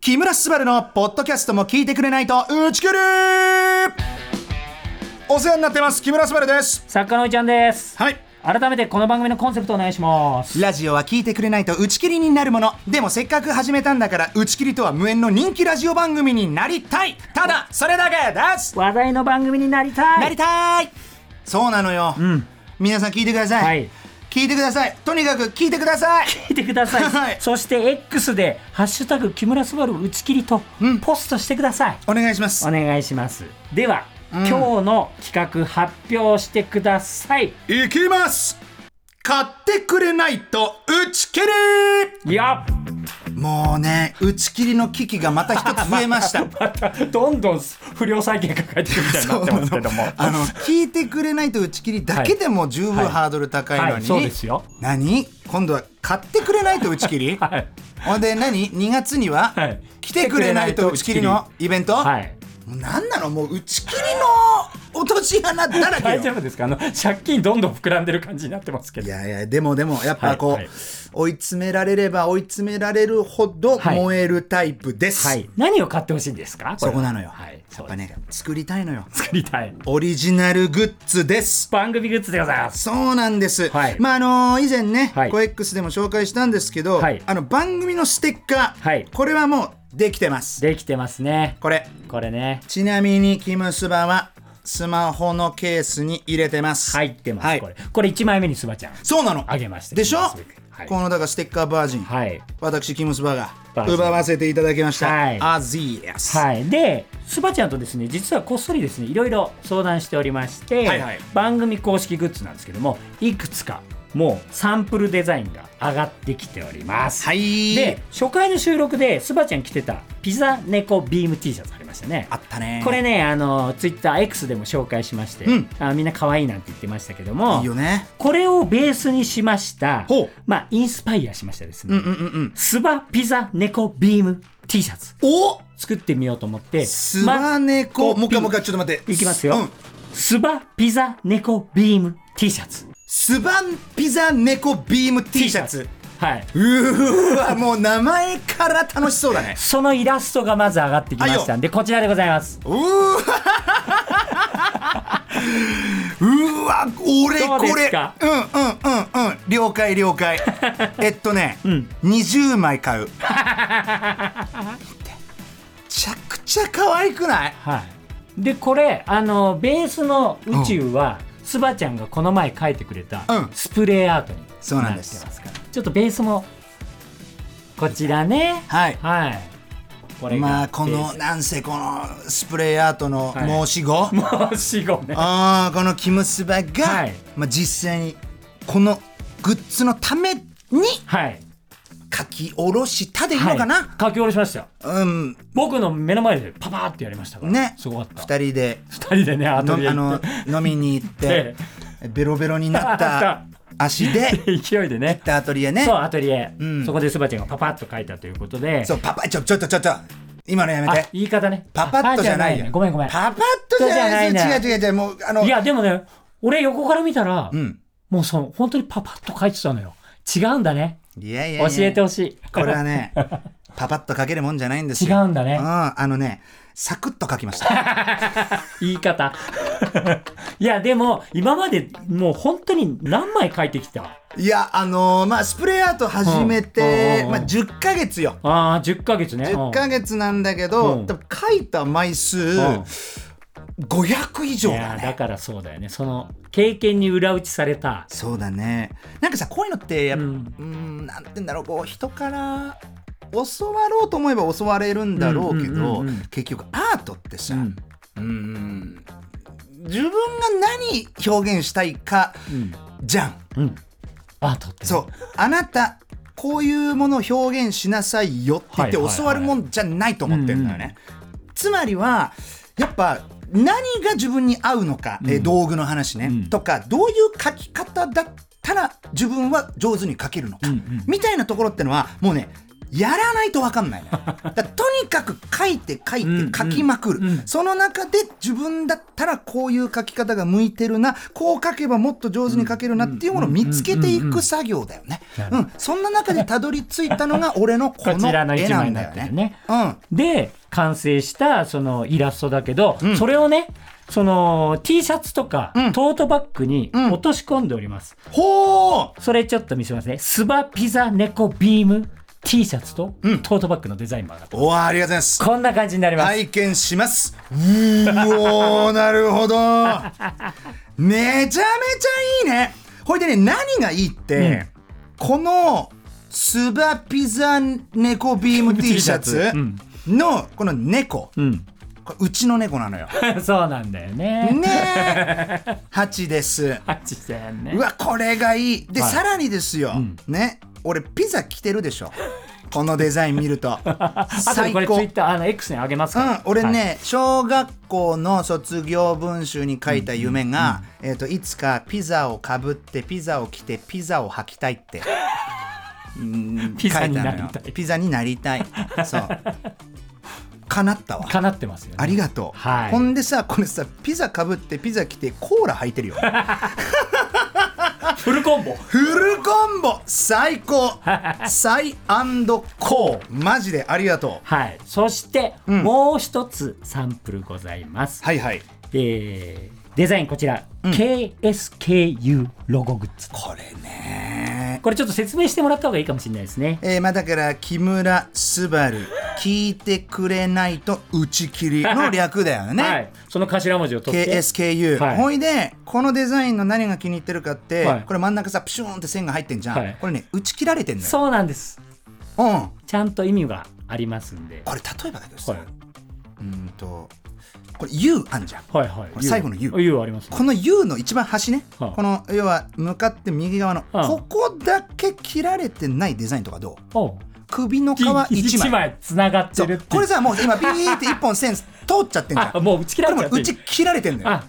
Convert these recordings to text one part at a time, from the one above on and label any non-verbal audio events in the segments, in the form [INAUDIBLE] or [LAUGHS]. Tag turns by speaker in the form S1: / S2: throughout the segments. S1: 木村すばるのポッドキャストも聞いてくれないと打ち切りお世話になってます木村すばるです
S2: 作家のいちゃんです
S1: はい
S2: 改めてこの番組のコンセプトお願いします
S1: ラジオは聞いてくれないと打ち切りになるものでもせっかく始めたんだから打ち切りとは無縁の人気ラジオ番組になりたいただそれだけです
S2: 話題の番組になりたい
S1: なりたいそうなのよ、
S2: うん
S1: 皆さん聞いてください、
S2: はい
S1: 聞いてくださいとにかく聞いてください
S2: 聞いてください、
S1: [LAUGHS] はい
S2: そして X で「ハッシュタグ木村昴打ち切り」と
S1: うん
S2: ポストしてください、
S1: お願いします
S2: お願いしますでは、今日の企画発表してください
S1: いきます買ってくれないと打ち切り
S2: やっ
S1: もうね打ち切りの危機がまた一つ増えました
S2: [LAUGHS] またどんどん不良債権抱えてるみたいになってますけども
S1: あの聞いてくれないと打ち切りだけでも十分
S2: はい
S1: ハードル高いのに、
S2: はいそうですよ
S1: 何今度は買ってくれないと打ち切り
S2: [LAUGHS] はい
S1: ほんで何2月には、
S2: はい
S1: 来てくれないと打ち切りのイベント、
S2: はい
S1: もう何なのもう打ち切りの落とし穴だらけ
S2: 大
S1: よ
S2: 丈夫ですかあの借金どんどん膨らんでる感じになってますけ
S1: い
S2: ど
S1: やいやでもでもやっぱこう、
S2: はいはい
S1: 追い詰められれば追い詰められるほど
S2: はい
S1: 燃えるタイプです、
S2: はい何を買ってほしいんですか
S1: そこなのよ、
S2: はい
S1: や
S2: そ
S1: っ
S2: う
S1: ぱ
S2: です
S1: ね
S2: よ
S1: 作りたいのよ
S2: 作りたい
S1: オリジナルグッズです
S2: 番組グッズでございます
S1: そうなんです、
S2: はい
S1: まああの以前ね、
S2: はい
S1: コエックスでも紹介したんですけど、
S2: はい
S1: あの番組のステッカー、
S2: はい
S1: これはもうできてます
S2: できてますね
S1: これ
S2: これね
S1: ちなみにキムスバはスマホのケースに入れてます
S2: 入ってます、
S1: はい
S2: これこれ1枚目にすばちゃん
S1: そうなの
S2: あげました
S1: でしょ、
S2: はい
S1: このだからステッカーバージン、
S2: はい
S1: 私キムスバが
S2: バージン
S1: 奪わせていただきました、
S2: はい
S1: アジーエス、
S2: はい、でスバちゃんとですね実はこっそりですねいろいろ相談しておりまして、
S1: はいはい
S2: 番組公式グッズなんですけどもいくつかもうサンプルデザインが上がってきております、
S1: はい
S2: で初回の収録でスバちゃん着てたピザ猫ビーム T シャツありましたね
S1: あったね
S2: これねあのツイッター X でも紹介しまして、
S1: うん
S2: あみんな可愛いなんて言ってましたけども
S1: いいよね
S2: これをベースにしました
S1: ほう
S2: まあインスパイアしましたです
S1: うん
S2: ね、
S1: うんうんうん
S2: スバピザ猫ビーム T シャツ
S1: お
S2: 作ってみようと思って
S1: スバネコ、
S2: ま
S1: もう一回もう一回ちょっと待って
S2: いきますよ、
S1: うん
S2: スバピザ猫ビーム T シャツ
S1: スバンピザ猫ビーム T シャツ
S2: はいう
S1: ーわもう名前から楽しそうだ
S2: [LAUGHS]
S1: ね
S2: そのイラストがまず上がってきましたんでこちらでございます
S1: うーわうわ俺
S2: どう
S1: こ
S2: で
S1: れ
S2: すか
S1: うんうんうんうん了解了
S2: [LAUGHS]
S1: 解えっとね、
S2: ん
S1: 20枚買うめちゃくちゃ可愛くない
S2: はい、でこれあのベースの宇宙は、スバちゃんがこの前描いてくれた
S1: うん
S2: スプレーアートに
S1: そうなんです
S2: なってますからちょっとベースもこちらね
S1: はい
S2: はいこれが
S1: まあこ
S2: ベ
S1: の
S2: ー
S1: なんせこのスプレーアートの
S2: は
S1: 申
S2: い
S1: し子、
S2: [LAUGHS] スもう死後ね
S1: ああこのキムスバが、
S2: はい
S1: まあ、実際にこのグッズのために
S2: はい
S1: 書き下ろしたでいいのか
S2: はい
S1: な、
S2: 書き下ろしましたよ
S1: うん
S2: 僕の目の前でパパーってやりましたから
S1: ね
S2: すごかった
S1: 二人で
S2: 二人でねア
S1: の
S2: ト
S1: あ
S2: リエ行
S1: の
S2: っ
S1: 飲みに行
S2: [LAUGHS]
S1: ってベロベロになっ
S2: な
S1: た
S2: っ
S1: 足で
S2: て勢いでね
S1: アトリエね
S2: そうアトリエ、
S1: ん
S2: そこでスバちゃんがパパッと書いたということで
S1: そうパパちょちょっとちょっと今のやめ
S2: あ
S1: て
S2: 言い方ね
S1: パパッとじゃないよ
S2: ねごめんごめん
S1: パパッとじゃないです
S2: パパッと
S1: 違う違う違うもうあの
S2: いやでもね俺横から見たら、
S1: うん
S2: もうその本当にパパッと書いてたのよ違うんだね
S1: いやいやい
S2: 教
S1: や
S2: えてほしい
S1: これは
S2: [LAUGHS]
S1: ねパパッとかけるもんじゃないんです
S2: 違
S1: よ
S2: うんだね
S1: ああのねサクッと書きました
S2: 言い方 [LAUGHS] いやでも今までもう本当に何枚書いてきた
S1: いやあのーまあスプレーアート始め
S2: うんうんうん
S1: て、
S2: うん
S1: まあ、10ヶ月よ
S2: あー10ヶ月ね
S1: 10ヶ
S2: 月
S1: 月なんだけど、
S2: うん
S1: 多分書いた枚数、500以上
S2: い
S1: だ
S2: や
S1: ね
S2: だからそうだよねその経験に裏打ちされた
S1: そうだねなんかさこういうのってやっぱ
S2: う
S1: うんんなんて言うんだろうこう人から教わろうと思えば教われるんだろうけど、
S2: うんうんうんうん
S1: 結局アートってさ、
S2: うん
S1: うん自分が何表現したいか
S2: うん
S1: じゃん
S2: うんアートって
S1: そうあなたこういうものを表現しなさいよって言って
S2: はいはいはい
S1: 教わるもんじゃないと思ってるんだよね。つまりはやっぱ何が自分に合うのか、えー道具の話ね、
S2: うん
S1: とかどういう書き方だったら自分は上手に書けるのか、
S2: うんうん
S1: みたいなところってのはもうねやらないと分かんないね
S2: [LAUGHS]
S1: だからとにかく書いて書い
S2: うん
S1: て書きまくる、
S2: うんうん
S1: その中で自分だったらこういう書き方が向いてるなこう書けばもっと上手に書けるなっていうものを見つけていく作業だよね、うんそんな中でたどり着いたのが俺のこ
S2: こち
S1: の絵
S2: ら
S1: な
S2: の一枚
S1: ん
S2: にな
S1: だよ
S2: ってる
S1: ね。
S2: ね。
S1: うん
S2: で、完成したそのイラストだけど、
S1: ん
S2: それをね、その T シャツとか、
S1: うん
S2: トートバッグに
S1: うん
S2: 落とし込んでおります。
S1: ほー
S2: それちょっと見せますね。スバピザ猫ビーム T シャツと
S1: うん
S2: トートバッグのデザインも上がった。
S1: おーありがとうございます。
S2: こんな感じになります。
S1: 拝見します。うーおー、なるほど。めちゃめちゃいいね。ほいでね、何がいいって、このスバピザ猫ビーム T シャツ
S2: うん
S1: のこの猫、
S2: うん。
S1: これうちの猫なのよ。
S2: [LAUGHS] そうなんだよね。
S1: ねえ、ハチです。
S2: あっちだよね
S1: う。わ、これがいい。で、
S2: はい
S1: さらにですよ、ね、俺ピザ着てるでしょ。このデザイン見ると
S2: [LAUGHS] あとでこれツイッター、あの X に上げます
S1: う
S2: から。
S1: ん、俺ね、
S2: はい。
S1: 小学校の卒業文集に書いた夢が、えっといつかピザをかぶってピザを着てピザを履きたいって。うん
S2: [LAUGHS] ピザになりたい
S1: 書のよピザになりたい。
S2: [LAUGHS]
S1: そう。叶ったわ。
S2: 叶ってますよね。
S1: ありがとう。
S2: はい
S1: ほんでさ、これさ、ピザかぶってピザ着てコーラ履いて
S2: [LAUGHS]
S1: るよ。
S2: フルコンボ。
S1: フルコンボ最
S2: [LAUGHS]
S1: 高サイコーマジでありがとう。
S2: はい。そして、
S1: うん
S2: もう一つサンプルございます。
S1: はいはい。
S2: えーデザインこちら、
S1: ん
S2: KSKU ロゴグッズ。
S1: これね。
S2: これちょっと説明してもらった方がいいかもしれないですね。
S1: えーまあだから木村昴聞いてくれないと打ち切りの略だよね、
S2: はい。その頭文字を取って。
S1: KSKU、
S2: はい
S1: ほいでこのデザインの何が気に入ってるかって、
S2: はい
S1: これ真ん中さプシューンって線が入ってんじゃん、
S2: はい
S1: これね打ち切られてんのよ
S2: そうなんです。
S1: う、ん、
S2: ちゃんと意味がありますんで。
S1: これ例えばだけどさ、
S2: はいう
S1: ーんとこれ U あんじゃん
S2: はいはい
S1: これ最後の U
S2: U ありますね
S1: この U の一番端ね、
S2: はあ
S1: この要は向かって右側の、
S2: はあ
S1: ここだけ切られてないデザインとかどう
S2: おう
S1: 首の皮
S2: 一枚
S1: 1枚
S2: つながっ
S1: そ
S2: てるっ
S1: う
S2: ていう
S1: これさもう今ビーって一本線通っちゃってんじゃん
S2: あもう打ち切られちゃっ
S1: これも
S2: て
S1: う打ち切られてんだよ
S2: あ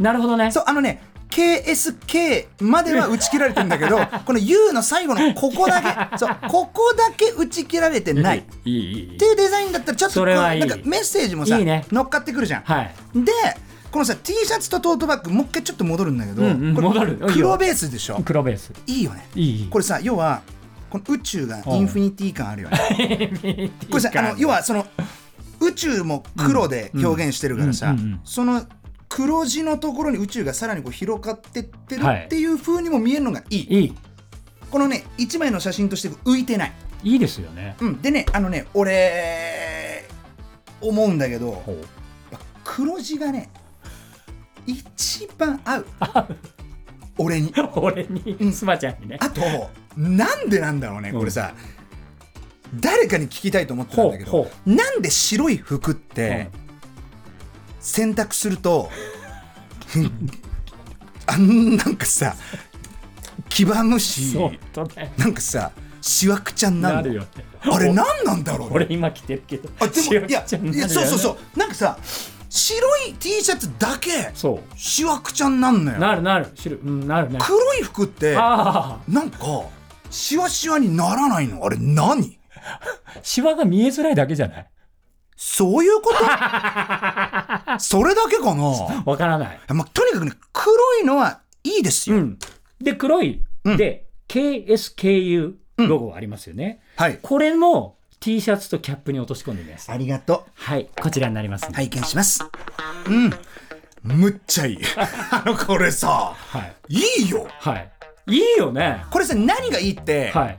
S2: なるほどね
S1: そうあのね KSK までは打ち切られてんだけ
S2: [LAUGHS]
S1: どこの U の最後のここだけそうここだけ打ち切られてないっ
S2: いいいいいい
S1: ていうデザインだったらちょっと
S2: それはいい
S1: なんかメッセージもさ
S2: いいね
S1: 乗っかってくるじゃん、
S2: はい
S1: でこのさ T シャツとトートバッグもう一回ちょっと戻るんだけど、
S2: うんうん
S1: これ
S2: 戻るいいよ
S1: 黒ベースでしょ
S2: 黒ベース
S1: いいよね
S2: いいいい
S1: これさ要はこの宇宙がインフィニティ感あるよねこれさあの要はその宇宙も黒で表現してるからさ、
S2: うんうんうんうん
S1: その黒地のところに宇宙がさらにこう広がってってる
S2: はい
S1: っていう風にも見えるのがいい、
S2: いい
S1: このね一枚の写真として浮いてない、
S2: いいですよね
S1: うん、でねあのね俺思うんだけど
S2: ほう
S1: 黒地がね一番
S2: [LAUGHS]
S1: 合う [LAUGHS] 俺に
S2: 俺にスマちゃんにね
S1: あとなんでなんだろうねこれさ、誰かに聞きたいと思ってたんだけ
S2: ほう
S1: ど
S2: ほ
S1: なんで白い服って洗濯すると [LAUGHS] あんなんかさ黄ばむし
S2: そうとね
S1: なんかさしわくちゃにな
S2: な
S1: る
S2: るよ
S1: の
S2: ね
S1: あれ
S2: お
S1: 何なんだろうね
S2: 俺今着てるけど
S1: あでも
S2: しわ
S1: いや
S2: くちゃにないるよ
S1: や
S2: ね
S1: そうそうそうなんかさ白い T シャツだけ
S2: そ
S1: しわくちゃになんの
S2: う
S1: よ
S2: なるなる知るうんなるね
S1: 黒い服って
S2: あ
S1: なんかしわしわにならないのあれ何
S2: あシワが見えづらいだけじゃない
S1: そういう
S2: [LAUGHS]
S1: ことそれだけかな、
S2: わからない
S1: まあ、とにかくね黒いのはいいです
S2: う
S1: よ、
S2: んで黒い
S1: うん
S2: で KSKU ロゴありますよね
S1: はい
S2: これも T シャツとキャップに落とし込んでみます。
S1: ありがと
S2: はい、こちらになります、
S1: う拝見しますうんむっちゃいい [LAUGHS] あのこれさ
S2: はい。
S1: いいよ
S2: はい。いいよね。
S1: これさ何がいいって、
S2: はい。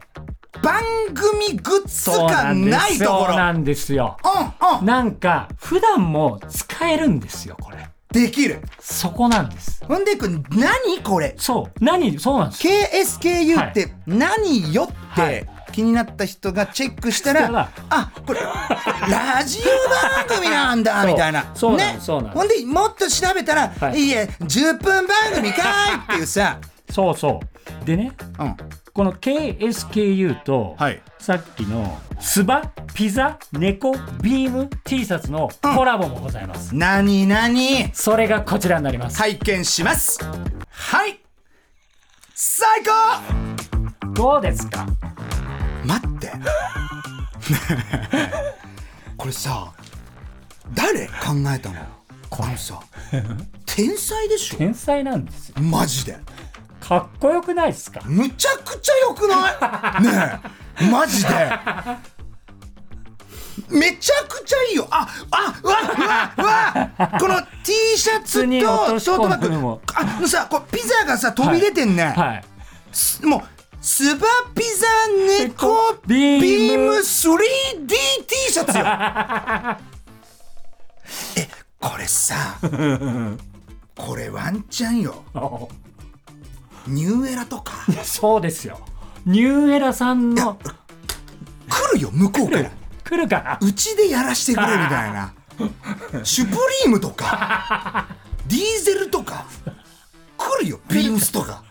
S1: 番組グッズ
S2: そうな
S1: が
S2: んで
S1: ない
S2: す
S1: とこ
S2: よ。そう
S1: ろ
S2: なんですよ。
S1: うんうん
S2: なんか、普段も使えるんですよ、これ。
S1: できる
S2: そこなんです。
S1: ほんでくん何これ
S2: そう。何そうなんです。は
S1: KSKU
S2: い
S1: って何よっ
S2: は
S1: て
S2: い
S1: 気になった人がチェックした
S2: し
S1: ら、
S2: たら
S1: あこれラジオ番組なんだ
S2: [LAUGHS] そう
S1: みたいな
S2: そうなん
S1: ね
S2: ですそうなんです
S1: ほんでもっと調べたら、
S2: はい
S1: い、いえ10分番組かーいっていうさ、
S2: そうそう。でね、
S1: うん、
S2: この KSKU と、
S1: はい
S2: さっきのスバピザ猫ビーム T シャツのコラボもございます。
S1: 何何
S2: それがこちらになります。
S1: 体験しますはい最高
S2: どうですか
S1: 待って [LAUGHS] これさ誰考えたの
S2: こ
S1: あ
S2: れ
S1: のさ天才でし
S2: 天才なんですよ
S1: ょマジで
S2: かっこよくないですか
S1: むちゃくちゃ良く
S2: [LAUGHS]
S1: ないねえマジでめちゃくちゃいいよああうわうわうわこの T シャツ
S2: 靴に落
S1: と
S2: と
S1: シ
S2: し
S1: ョートバ
S2: 込
S1: ッ
S2: むのも
S1: グあのさこうピザがさ飛び出てんね、
S2: はい
S1: すもうスバピザ猫ビ
S2: ビ
S1: ー
S2: ーム
S1: ム 3DT シャ
S2: [LAUGHS]
S1: ツよえこれ
S2: [LAUGHS]
S1: さこれワンチャンよ
S2: お
S1: ニューエラとか
S2: いやそうですよニューエラさんの
S1: 来るよ向こうから
S2: 来るから
S1: うちでやらしてくれみたい
S2: [LAUGHS]
S1: なシュプリームとかディーゼルとか来るよビームスとか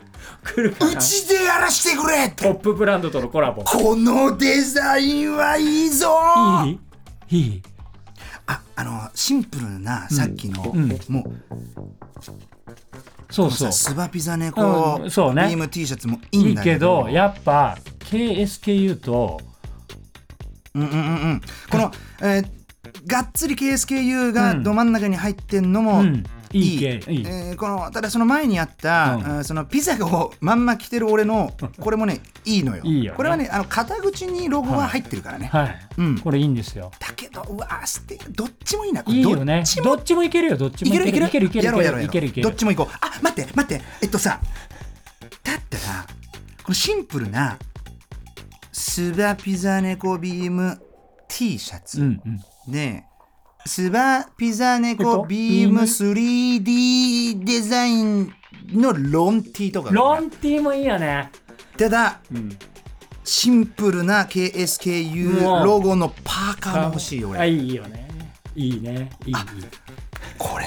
S2: 来るか
S1: う
S2: ら
S1: ちでやらしてくれって
S2: [LAUGHS] トップブランドとのコラボ
S1: このデザインはいいぞ
S2: いいいい
S1: ああのシンプルなさっきの、
S2: うん
S1: もう
S2: そうそ
S1: さ
S2: う
S1: スバピザ猫、
S2: うんそう
S1: ビ
S2: ね
S1: ーム T シャツもいい
S2: い
S1: ん
S2: い
S1: だ
S2: け
S1: けど
S2: どやっぱ KSKU と
S1: うんうんうんうんこの、えーがっつり KSKU が
S2: うん
S1: ど真ん中に入ってんのも、
S2: うんいい
S1: え
S2: 系いい
S1: ーこのただその前にあった、
S2: うん
S1: あーそのピザをまんま着てる俺のこれもねいいのよ
S2: いいよね
S1: これはねあの肩口にロゴは入ってるからね、
S2: はい、
S1: うん
S2: これいいんですよ
S1: だけどうわー素敵どっちもいいなこれ
S2: いいよ
S1: ど
S2: ね
S1: っち
S2: ど
S1: も
S2: っちもいけるよどっちも
S1: いけるいける
S2: いけるいける
S1: やろうやろうや
S2: い
S1: ろ
S2: けるいうけ
S1: ど
S2: る
S1: っちも行こうあ待って待ってえっとさだったらこのシンプルなスバピザ猫ビーム T シャツ、
S2: うんうん
S1: でスバピザ猫
S2: 猫
S1: ビーム
S2: ビ
S1: 3D デザインのロン T とかが
S2: ロンティーもいいよね、
S1: ただ
S2: うん、
S1: シンプルな KSKU
S2: もう
S1: ロゴのパーカーも欲しいよ
S2: あ
S1: 俺
S2: いいよねいいねいいいい
S1: これ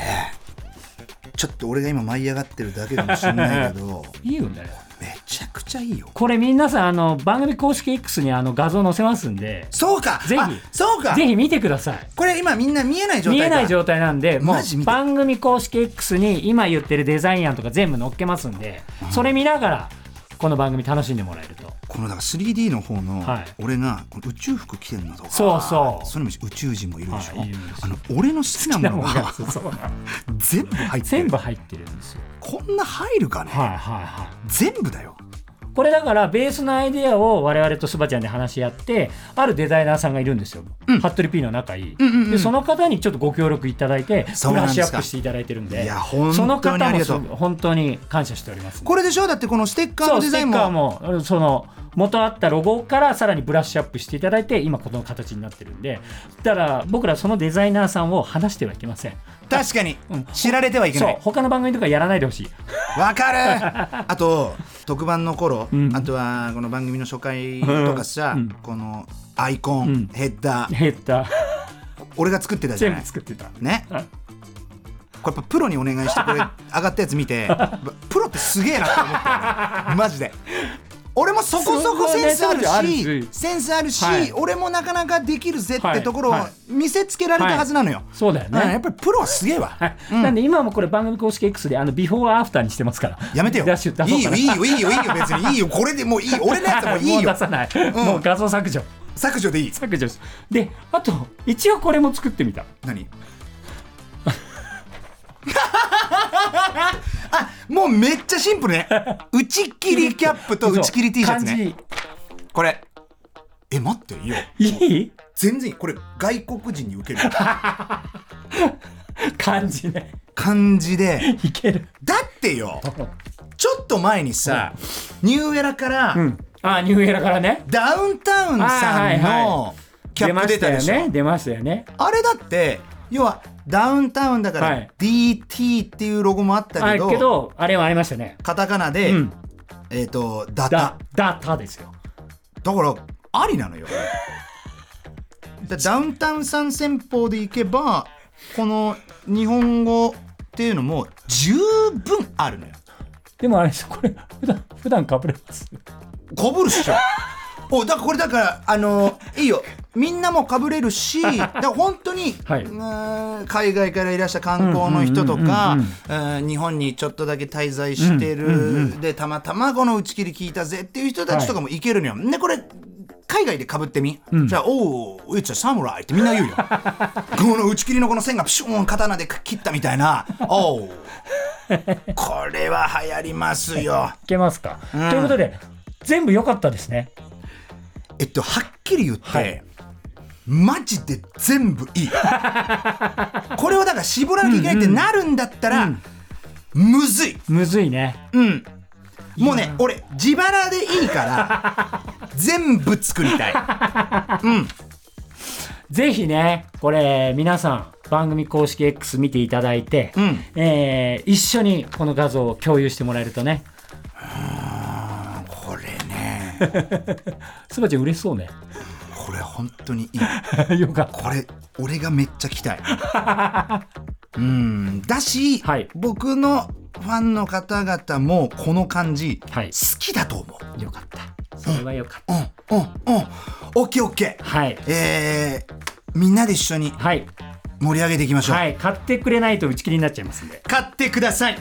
S1: ちょっと俺が今舞い上がってるだけかもしれないけど [LAUGHS]
S2: いいよね
S1: めちゃくちゃいいよ
S2: これ皆さんあの番組公式 X にあの画像載せますんで
S1: そうか
S2: ぜひ
S1: あそうか
S2: ぜひ見てください
S1: これ今みんな見えない状態
S2: 見
S1: か
S2: えない状態なんでも
S1: マジ見
S2: う
S1: て
S2: 番組公式 X に今言ってるデザイン案とか全部載っけますんでそれ見ながらこの番組楽しんで [LAUGHS] もらえると
S1: このだから 3D の方の
S2: はい
S1: 俺がこの宇宙服着てるのとか
S2: そうそう
S1: それも宇宙人もいるでしょ、
S2: はいいるんです
S1: あの俺の好きなものが
S2: そう
S1: 全部入って
S2: 全
S1: る
S2: 部入ってるんですよ
S1: こんな入るかね、
S2: はいはいはい
S1: 全部だよ
S2: これだからベースのアイデアを我々とスバちゃんで話し合ってあるデザイナーさんがいるんですよ、服部 P の仲いい、
S1: んうん
S2: でその方にちょっとご協力いただいて
S1: そう
S2: ブ
S1: なん
S2: ラッ
S1: ですか
S2: シュアップしていただいてるんで
S1: いや本
S2: その
S1: 当
S2: 方
S1: にありが
S2: も
S1: と
S2: す
S1: う
S2: 本当に感謝しております
S1: これでしょだってこのステッカー
S2: そ
S1: の
S2: う
S1: デ
S2: ステ
S1: ザイン
S2: ッカー
S1: も
S2: もうんその元あったロゴからさらにブラッシュアップしていただいて今この形になってるんでだから僕らそのデザイナーさんを話してはいけません
S1: 確かに
S2: うん
S1: 知られてはいけ
S2: そ
S1: な
S2: う
S1: い
S2: 他の番組とかやらないでほしい [LAUGHS]
S1: わかるあと特番の頃、
S2: うん
S1: あとはこの番組の初回とかさ、
S2: うん
S1: このアイコン、
S2: うん
S1: ヘッダー
S2: ヘッダー
S1: 俺が作ってたじゃ
S2: 全
S1: な
S2: 部
S1: い
S2: 作ってた
S1: ねこれやっぱプロにお願い
S2: [LAUGHS]
S1: してこれ上がったやつ見てプロってすげえなって思ったよねマジで俺もそこそこセンスある
S2: そこはね
S1: し
S2: あるし
S1: センスあるし、
S2: はい
S1: 俺もなかなかできるぜっ
S2: は
S1: て
S2: い
S1: ところを
S2: はい
S1: 見せつけられたはずなのよ、
S2: そうだよね、
S1: うんやっぱりプロはすげえわ、
S2: はいなんで今もこれ番組公式 X であのビフォーアフターにしてますから
S1: やめてよ
S2: ダッシュ出
S1: い
S2: そう
S1: いよ
S2: かな
S1: い
S2: い
S1: よいいよいいよ別にいいよこれでもういい俺のやつもういい
S2: [LAUGHS] もう
S1: よ
S2: 出さない、
S1: ん
S2: もう画像削除
S1: 削除でいい
S2: 削除しであと一応これも作ってみた
S1: 何 [LAUGHS] あもうめっちゃシンプルね打ち切りキャップと打ち切り T シャツねこれえ待っていいよ
S2: 漢字いい
S1: 全然いいこれ外国人に受ける
S2: 感じね
S1: 感じで
S2: いける
S1: だってよちょっと前にさニューエラから、
S2: うんあニューエラからね
S1: ダウンタウンさん
S2: あはい
S1: の
S2: は
S1: キャップ出たでしょ、
S2: 出ましたよね出ましたよね
S1: あれだって要はダウンタウンだか
S2: は
S1: ら
S2: い
S1: DT っていうロゴもあったけ
S2: あけ
S1: ど,、
S2: どあれはありましたね
S1: カタカナで、
S2: うん
S1: えっ、とダタ
S2: だだたですよ
S1: だからありなのよだ [LAUGHS] ダウンタウンさん戦法でいけばこの日本語っていうのも十分あるのよ
S2: でもあれですこれ普段普段かぶれます
S1: かぶるっ
S2: [LAUGHS]
S1: しょおだからこれだからあのいいよみんなもかぶれるしだから本当に、
S2: はいう
S1: ーん海外からいらした観光の人とか
S2: うんうんうん
S1: うーん日本にちょっとだけ滞在してる、
S2: うんうんう
S1: でたまたまこの打ち切り聞いたぜっていう人たちとかもいけるのよ。でこれ書海外でかぶってみ、
S2: うん
S1: じゃあ「おお It's a samurai」ってみんな言う
S2: [LAUGHS]
S1: よこの打ち切りのこの線がピシューン刀で切ったみたいな「おお
S2: [LAUGHS]
S1: これは流行りますよ
S2: いけますか、
S1: ん
S2: ということで全部良かったですね」
S1: えっとはっきり言って、
S2: はい
S1: マジで全部
S2: [LAUGHS]
S1: いいこれをだから絞らなきゃいけないってなるんだったら、むずい
S2: むずいね
S1: うんもう
S2: いや
S1: ね俺自腹でいいから
S2: [LAUGHS]
S1: 全部作りたい
S2: ぜひねこれ皆さん番組公式 X 見ていただいて、
S1: うん
S2: えー一緒にこの画像を共有してもらえるとね
S1: これね
S2: すばちゃん嬉しそうね
S1: これ本当にいい
S2: [LAUGHS] よかった
S1: これ俺がめっちゃ着たい
S2: [LAUGHS]
S1: うんだし、
S2: はい
S1: 僕のファンの方々もこの感じ、
S2: はい
S1: 好きだと思う
S2: よかったそれはよかっ
S1: うんうんうんオッケーオッケ
S2: たはい
S1: ーえーみんなで一緒に
S2: はい
S1: 盛り上げていきましょう、
S2: はい買ってくれないと打ち切りになっちゃいますんで
S1: 買ってください